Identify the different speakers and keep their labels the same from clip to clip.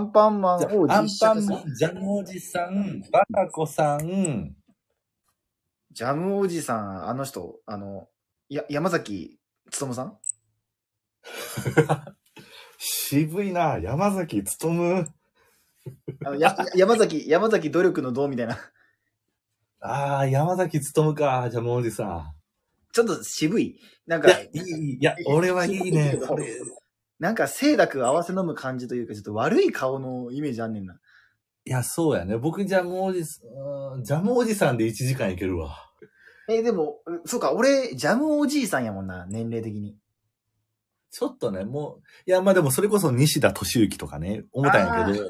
Speaker 1: アンパンマン
Speaker 2: じゃ
Speaker 1: を
Speaker 2: あアン
Speaker 1: 実写
Speaker 2: パ
Speaker 1: 化
Speaker 2: ン
Speaker 1: す
Speaker 2: マ
Speaker 1: る。
Speaker 2: ン、ジャムおじさん、バタコさん、
Speaker 1: ジャムおじさん、あの人、あの、や山崎努さん
Speaker 2: 渋いな、山崎つとむ。
Speaker 1: あのやや山崎、山崎努力の道みたいな。
Speaker 2: ああ、山崎つとむか、ジャムおじさ
Speaker 1: ちょっと渋い。なん
Speaker 2: ん。い
Speaker 1: か、
Speaker 2: や、いい、いや、俺はいいね、これ。
Speaker 1: なんか、清濁合わせ飲む感じというか、ちょっと悪い顔のイメージあんねんな。
Speaker 2: いや、そうやね。僕、ジャムおじさんうん、ジャムおじさんで1時間いけるわ。
Speaker 1: えーでも、うそうか、俺、ジャムおじいさんやもんな、年齢的に。
Speaker 2: ちょっとね、もう、いや、まあでもそれこそ西田敏行とかね、思ったんやけど、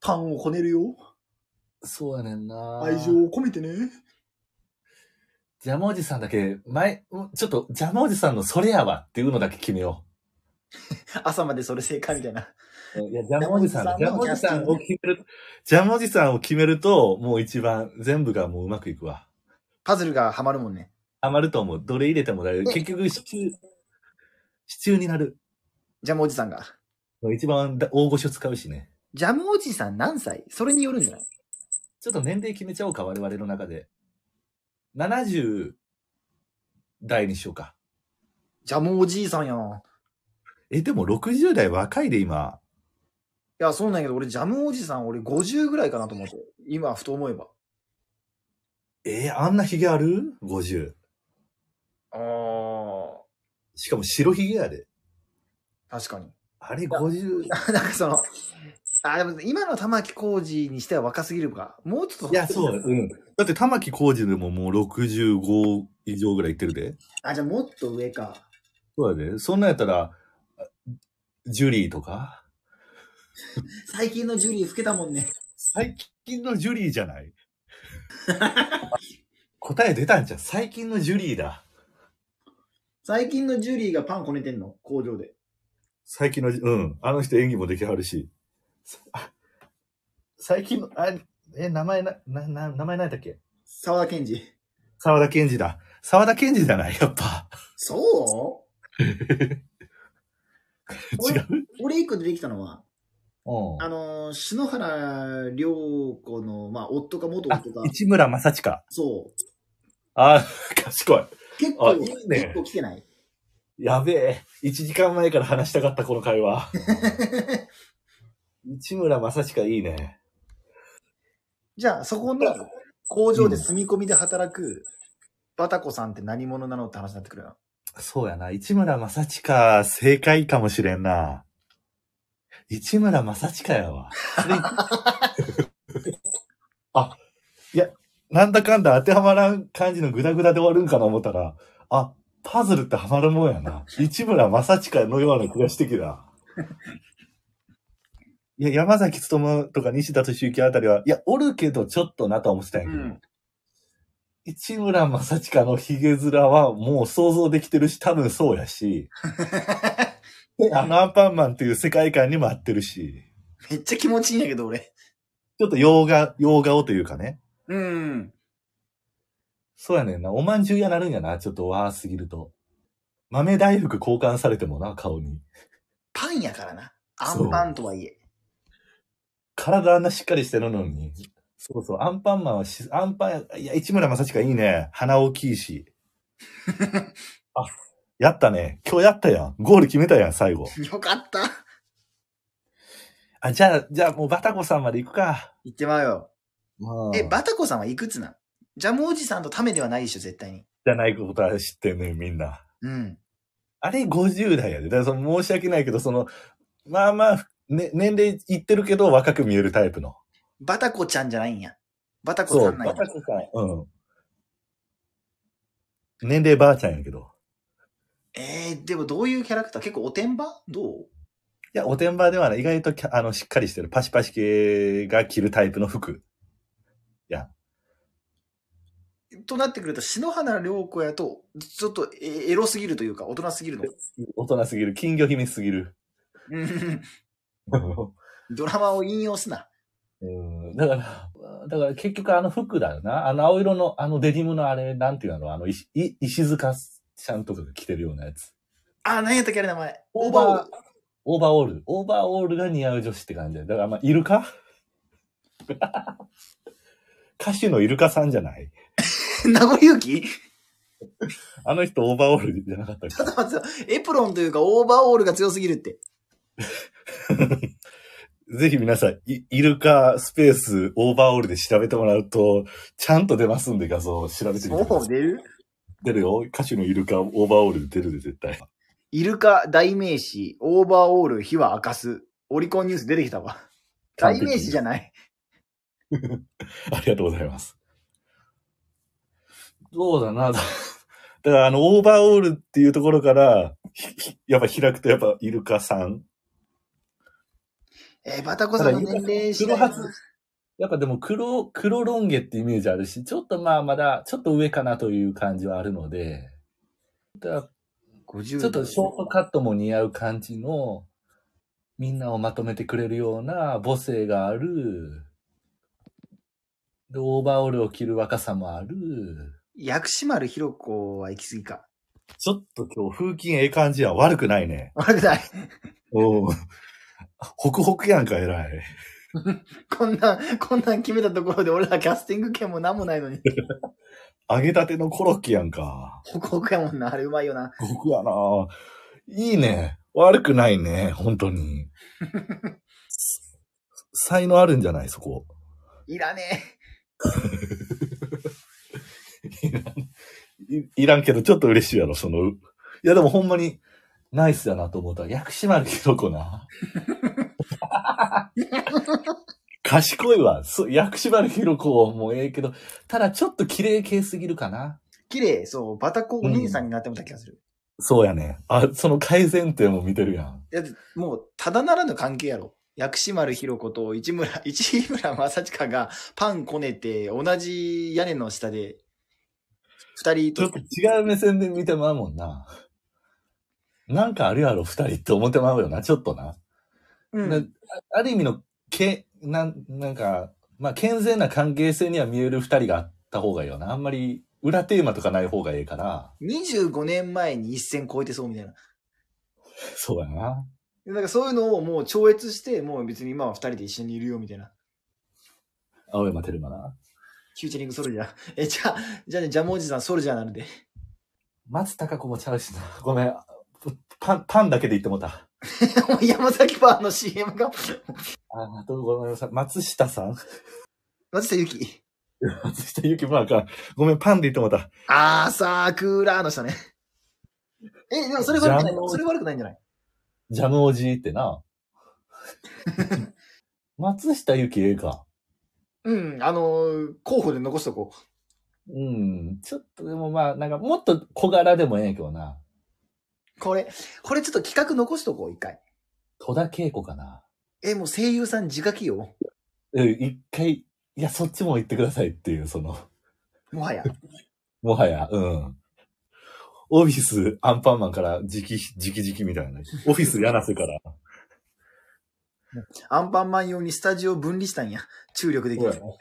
Speaker 1: パンをこねるよ。
Speaker 2: そうやねんな。
Speaker 1: を込めてね。
Speaker 2: ジャムおじさんだけ、前、うんちょっと、ジャムおじさんのそれやわっていうのだけ決めよ
Speaker 1: 朝までそれ正解みたいな。
Speaker 2: う。いや、ジャムおじさんだ、
Speaker 1: ジ
Speaker 2: ジャ
Speaker 1: ャ
Speaker 2: ム
Speaker 1: ム
Speaker 2: お
Speaker 1: お
Speaker 2: じ
Speaker 1: じ
Speaker 2: さ
Speaker 1: さん
Speaker 2: んを決める、ジャムおじさんを決めると、もう一番、全部がもううまくいくわ。
Speaker 1: パズルがハマるもんね。
Speaker 2: 余ると思う。どれ入れても大丈夫。
Speaker 1: え
Speaker 2: 結局、シチュー、シチューになる。
Speaker 1: ジャムおじさんが。
Speaker 2: 一番だ大御所使うしね。
Speaker 1: ジャムおじさん何歳それによるんじゃない
Speaker 2: ちょっと年齢決めちゃおうか、我々の中で。70代にしようか。
Speaker 1: ジャムおじいさんやん。
Speaker 2: え、でも60代若いで今。
Speaker 1: いや、そうなんやけど、俺、ジャムおじさん、俺50ぐらいかなと思って。今、ふと思えば。
Speaker 2: えーあんなヒゲある ?50。
Speaker 1: あー、
Speaker 2: しかも白ヒゲやで。
Speaker 1: 確かに。
Speaker 2: あれ50。い
Speaker 1: なんかその、あー、でも今の玉置浩二にしては若すぎるか。もうちょっと。
Speaker 2: や、そう。うん。だって玉木浩二でももう65以上ぐらいいってるで。
Speaker 1: あ、じゃあもっと上か。
Speaker 2: そうやで。そんなんやったら、ジュリーとか
Speaker 1: 最近のジュリー老けたもんね。
Speaker 2: 最近のジュリーじゃない答え出たんじゃん。最近のジュリーだ。
Speaker 1: 最近のジュリーがパンこねてんの工場で。
Speaker 2: 最近の、うん、あの人演技もできはるし。あ最近の、あ、え、名前な、な、な、名前ないだっけ
Speaker 1: 沢田研二。
Speaker 2: 沢田健二だ。沢田健二じゃないやっぱ。
Speaker 1: そう
Speaker 2: 違
Speaker 1: 俺
Speaker 2: う
Speaker 1: 俺一個出てきたのは、
Speaker 2: うん
Speaker 1: あのー、篠原涼子の、まあ、夫か元
Speaker 2: あ
Speaker 1: 夫か、、
Speaker 2: 市村正親。
Speaker 1: そう。
Speaker 2: あ、賢い。
Speaker 1: 結構、
Speaker 2: あいいね
Speaker 1: 結構来てない
Speaker 2: やべえ。1時間前から話したかった、この会話。市村正親いいね。
Speaker 1: じゃあ、そこの工場で住み込みで働く、バタコさんって何者なのって話になってくるな。
Speaker 2: そうやな。市村正親、正解かもしれんな。市村正親やわ。それ あ、いや、なんだかんだ当てはまらん感じのグダグダで終わるんかな思ったら、あ、パズルってハマるもんやな。市村正親のような気がしてきた。いや、山崎努とか西田敏行あたりは、いや、おるけどちょっとなとは思ってたんやけど、
Speaker 1: うん
Speaker 2: 市村正親のヒゲ面はもう想像できてるし、多分そうやし、であのアンパンマンっていう世界観にも合ってるし、
Speaker 1: めっちゃ気持ちいいんやけど、俺。
Speaker 2: ちょっと洋画、洋顔というかね。
Speaker 1: うん。
Speaker 2: そうやねんな。おまんじゅうやなるんやな。ちょっとわーすぎると。豆大福交換されてもな、顔に。
Speaker 1: パンやからな。ア
Speaker 2: そう
Speaker 1: ンパンとはいえ。
Speaker 2: 体あんなしっかりしてるのに。そうそう、アンパンマンはし、アンパンや、いや、市村正親いいね。鼻大きいし。あ、やったね。今日やったやん。ゴール決めたやん、最後。
Speaker 1: よかった。
Speaker 2: あ、じゃあ、じゃあもうバタコさんまで行くか。
Speaker 1: 言ってまうよ。
Speaker 2: うん
Speaker 1: え、バタコさんはいくつなんジャムおじさんとためではないでしょ、絶対に。
Speaker 2: じゃないことは知ってんねみんな。
Speaker 1: うん。
Speaker 2: あれ50代やで。だからその申し訳ないけど、その、まあまあ、ね、年齢いってるけど若く見えるタイプの。
Speaker 1: バタコちゃんじゃないんや。バタコ
Speaker 2: そ
Speaker 1: さ
Speaker 2: う、
Speaker 1: んなんや
Speaker 2: バ。タコさん。うん。年齢ばあちゃんやけど。
Speaker 1: えー、でもどういうキャラクター結構おてんばどう
Speaker 2: いや、おてんばではない。意外とキャあの、しっかりしてる。パシパシ系が着るタイプの服。
Speaker 1: となってくると、篠原涼子やと、ちょっとエエロすぎるというか、大人すぎるの。
Speaker 2: 大人すぎる。金魚姫すぎる。
Speaker 1: うんドラマを引用すな。
Speaker 2: うんだから、だから結局あの服だよな。あの青色の、あのデニムのあれ、なんていうのあの石、い石塚ちゃんとかが着てるようなやつ。
Speaker 1: あ、何やったっけあれ名前。
Speaker 2: オーバー、オーバーオール。オーバーオールが似合う女子って感じだよだから、まあ、イルカ 歌手のイルカさんじゃない
Speaker 1: 名残ゆき
Speaker 2: あの人オーバーオールじゃなかったっけ
Speaker 1: ちょっと待ってよエプロンというかオーバーオールが強すぎるって。
Speaker 2: ぜひ皆さん、イイルカスペースオーバーオールで調べてもらうと、ちゃんと出ますんで画像を調べてみ
Speaker 1: オ
Speaker 2: てくだ
Speaker 1: ー
Speaker 2: さい。
Speaker 1: 出る
Speaker 2: 出るよ。歌手のイルカオーバーオール出るで絶対。
Speaker 1: イルカ代名詞、オーバーオール、火は明かす。オリコンニュース出てきたわ。代名詞じゃ
Speaker 2: ない。
Speaker 1: ない。
Speaker 2: ありがとうございます。どうだな。だだからあの、オーバーオールっていうところから、ひひやっぱ開くとやっぱイルカさん。
Speaker 1: えー、バタコさんの年齢次第
Speaker 2: ただイルカさん黒やっぱでも黒、黒ロン毛ってイメージあるし、ちょっとまあまだ、ちょっと上かなという感じはあるので、だから
Speaker 1: 50
Speaker 2: ちょっとショートカットも似合う感じの、みんなをまとめてくれるような母性がある。で、オーバーオールを着る若さもある。
Speaker 1: 薬師丸ひろ子は行き過ぎか。
Speaker 2: ちょっと今日風景ええ感じやん。悪くないね。
Speaker 1: 悪くない。
Speaker 2: おお。ホクホクやんか、偉い。
Speaker 1: こんなん、こんなん決めたところで俺らキャスティング権もなんもないのに。
Speaker 2: 揚げたてのコロッケやんか。
Speaker 1: ホクホクやもんな。あれうまいよな。
Speaker 2: ホクホクやな。いいね。悪くないね、本当に。 才能あるんじゃないそこ。
Speaker 1: いらね
Speaker 2: いらんいいらんけど、ちょっと嬉しいやろ、その。いや、でもほんまに、ナイスだなと思った。薬師丸ひろ子 な。賢いわ。そう薬師丸ひろ子もええけど、ただちょっと綺麗系すぎるかな。
Speaker 1: え。綺麗、そう、バタコお兄さんになってもた気がする。
Speaker 2: そうやね。あ、その改善点も見てるやん。
Speaker 1: だってもう、ただならぬ関係やろ。薬師丸ひろ子と市村、 市村正親がパンこねて、同じ屋根の下で、二人
Speaker 2: ちょっ
Speaker 1: と
Speaker 2: と、違う目線で見てまうもんな。なんかあるやろ、二人って思ってまうよな、ちょっとな。
Speaker 1: うん
Speaker 2: なあある意味の、け、なん、なんか、まあ、健全な関係性には見える二人があった方がいいよな。あんまり裏テーマとかない方がいいから。
Speaker 1: 25年前に一線超えてそうみたいな。
Speaker 2: そうやな。
Speaker 1: だからそういうのをもう超越して、もう別に今は二人で一緒にいるよみたいな。
Speaker 2: 青山テルマな。
Speaker 1: フューチャリングソルジャー。 え、じゃあ、じゃあね、ジャムおじさんソルジャーなんで。
Speaker 2: 松たか子もちゃうしな。ごめん。パン、パンだけで言ってもうた。
Speaker 1: もう山崎パーの CM が、
Speaker 2: あ、どうもごめんなさい。松下さん
Speaker 1: 松下ゆき。
Speaker 2: 松下ゆきもあかん。ごめん、パンで言ってもうた。
Speaker 1: あーさークーラーの人ね。え、でもそれ悪くない
Speaker 2: ジャムおじ
Speaker 1: それ悪くないんじゃない
Speaker 2: ジャムおじって な。松下ゆきええか。
Speaker 1: うん、あのー候補で残しとこ
Speaker 2: うん。ちょっとでもまあ、なんかもっと小柄でもええけどな。
Speaker 1: う。これ、これちょっと企画残しとこう、一回。
Speaker 2: 戸田恵子かな。
Speaker 1: え、もう声優さん自書起用
Speaker 2: うん、一回、いや、そっちも行ってくださいっていう、その、
Speaker 1: もはや。
Speaker 2: もはや、うん。オフィス、アンパンマンから、直々、直々みたいな。オフィス、柳瀬から。
Speaker 1: アンパンマン用にスタジオ分離したんや。注力でき
Speaker 2: そう
Speaker 1: る
Speaker 2: や。な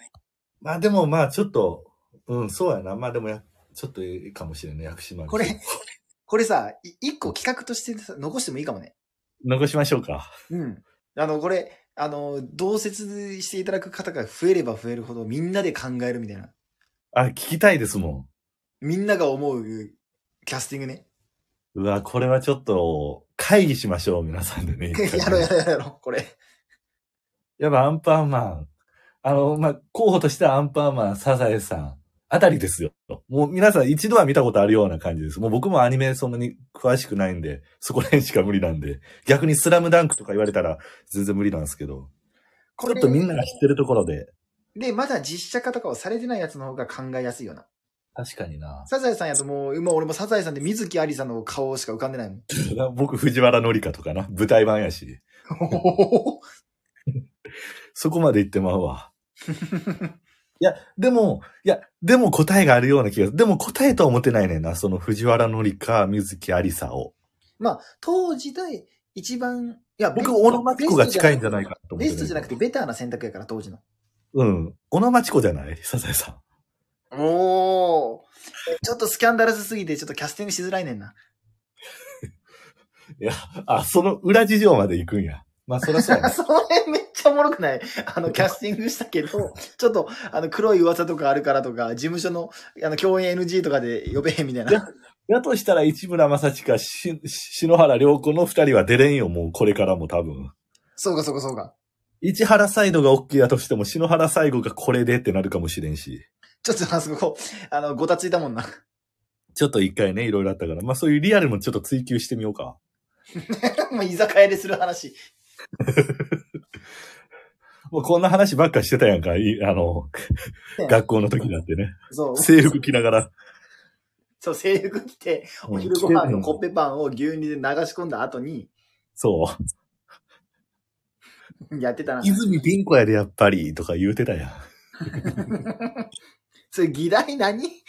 Speaker 2: まあでもまあ、ちょっと、うん、そうやな。まあでもや、ちょっといいかもしれんね、薬師丸。
Speaker 1: これ、これさ、い一個企画としてさ残してもいいかもね。
Speaker 2: 残しましょうか。
Speaker 1: うん。あの、これ、あの、同説していただく方が増えれば増えるほど、みんなで考えるみたいな。
Speaker 2: あ、聞きたいですも
Speaker 1: みんなが思うキャスティングね。
Speaker 2: ん。うわ、これはちょっと、会議しましょう、皆さんでね。一回ね
Speaker 1: やろうやろうやろう、これ。
Speaker 2: やっぱアンパンマン。あの、まあ、候補としてはアンパンマン、サザエさんあたりですよ。もう皆さん一度は見たことあるような感じです。もう僕もアニメそんなに詳しくないんで、そこら辺しか無理なんで、逆にスラムダンクとか言われたら全然無理なんですけど、
Speaker 1: こ
Speaker 2: ちょ
Speaker 1: れ
Speaker 2: っとみんなが知ってるところで。
Speaker 1: で、まだ実写化とかをされてないやつの方が考えやすいよな。
Speaker 2: 確かにな。
Speaker 1: サザエさんやともう、今俺もサザエさんで水木有さんの顔しか浮かんでないもん。
Speaker 2: 僕、藤原紀香とかな。舞台版やし。そこまで行ってまうわ。いや、でも、いや、でも答えがあるような気がする。でも答えとは思ってないねんな。その藤原紀香、水木有沙を。
Speaker 1: まあ、当時で一番、いや、
Speaker 2: 僕、
Speaker 1: ベ
Speaker 2: 小野町子が近いんじゃないかと思って
Speaker 1: ベ
Speaker 2: る。
Speaker 1: ストじゃなくてベターな選択やから、当時の。
Speaker 2: うん。小野町子じゃないサザエさん。
Speaker 1: おお。ちょっとスキャンダラスすぎて、ちょっとキャスティングしづらいねんな。。
Speaker 2: あ、その裏事情まで行くんや。まあ、そらそうやな
Speaker 1: その辺めっちゃおもろくない あの、キャスティングしたけど、 ちょっと、あの、黒い噂とかあるからとか、事務所の、あの、共演 NG とかで呼べへんみたいな。
Speaker 2: やとしたら市村正親、し篠原涼子の二人は出れんよ、もうこれからも多分。
Speaker 1: そうか、そうか、そうか。
Speaker 2: 市原サイドが OK だとしても、篠原最後がこれでってなるかもしれんし。
Speaker 1: ちょっと、あそこ、あの、ごたついたもんな。
Speaker 2: ちょっと一回ね、いろいろあったから。まあそういうリアルもちょっと追求してみようか。
Speaker 1: もう居酒屋でする話。
Speaker 2: もうこんな話ばっかしてたやんか。いあの、学校の時だってね。
Speaker 1: そう。
Speaker 2: 制服着ながら。
Speaker 1: そう、制服着て、お昼ご飯のコッペパンを牛乳で流し込んだ後に、
Speaker 2: そう。
Speaker 1: やってたな。
Speaker 2: 泉ピン子やでやっぱり、とか言うてたやん。
Speaker 1: それ、議題何
Speaker 2: 知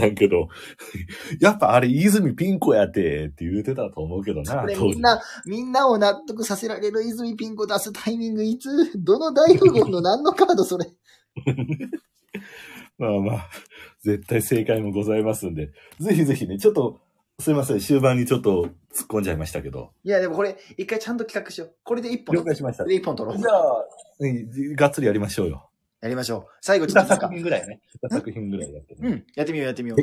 Speaker 2: らんけど。 やっぱあれ泉ピン子やて、って言うてたと思うけどな
Speaker 1: こ。れ
Speaker 2: 当
Speaker 1: み
Speaker 2: 時
Speaker 1: んな、みんなを納得させられる泉ピン子出すタイミングいつどの大富豪の何のカードそれ
Speaker 2: まあまあ、絶対正解もございますんで、ぜひぜひね、ちょっと、すいません、終盤にちょっと突っ込んじゃいましたけど。
Speaker 1: いや、でもこれ、一回ちゃんと企画しよう。これで一本。
Speaker 2: 了
Speaker 1: こ
Speaker 2: 解しました。
Speaker 1: れ
Speaker 2: じ
Speaker 1: で一本取ろう。
Speaker 2: ゃあ、うんがっつりやりましょうよ。
Speaker 1: やりましょう。最後ちょっ
Speaker 2: 2
Speaker 1: となんか
Speaker 2: 作、品ぐらいね。2作品ぐらいやって、ね
Speaker 1: うん、やってみよう、やってみよう。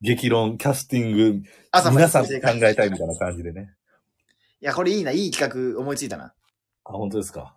Speaker 2: 激論、キャスティング、
Speaker 1: 朝まで
Speaker 2: 皆さんで
Speaker 1: 正
Speaker 2: 考
Speaker 1: 解い
Speaker 2: えたいみたいな感じでね。
Speaker 1: や、これいいな、いい企画思いついたな。
Speaker 2: あ、本当ですか。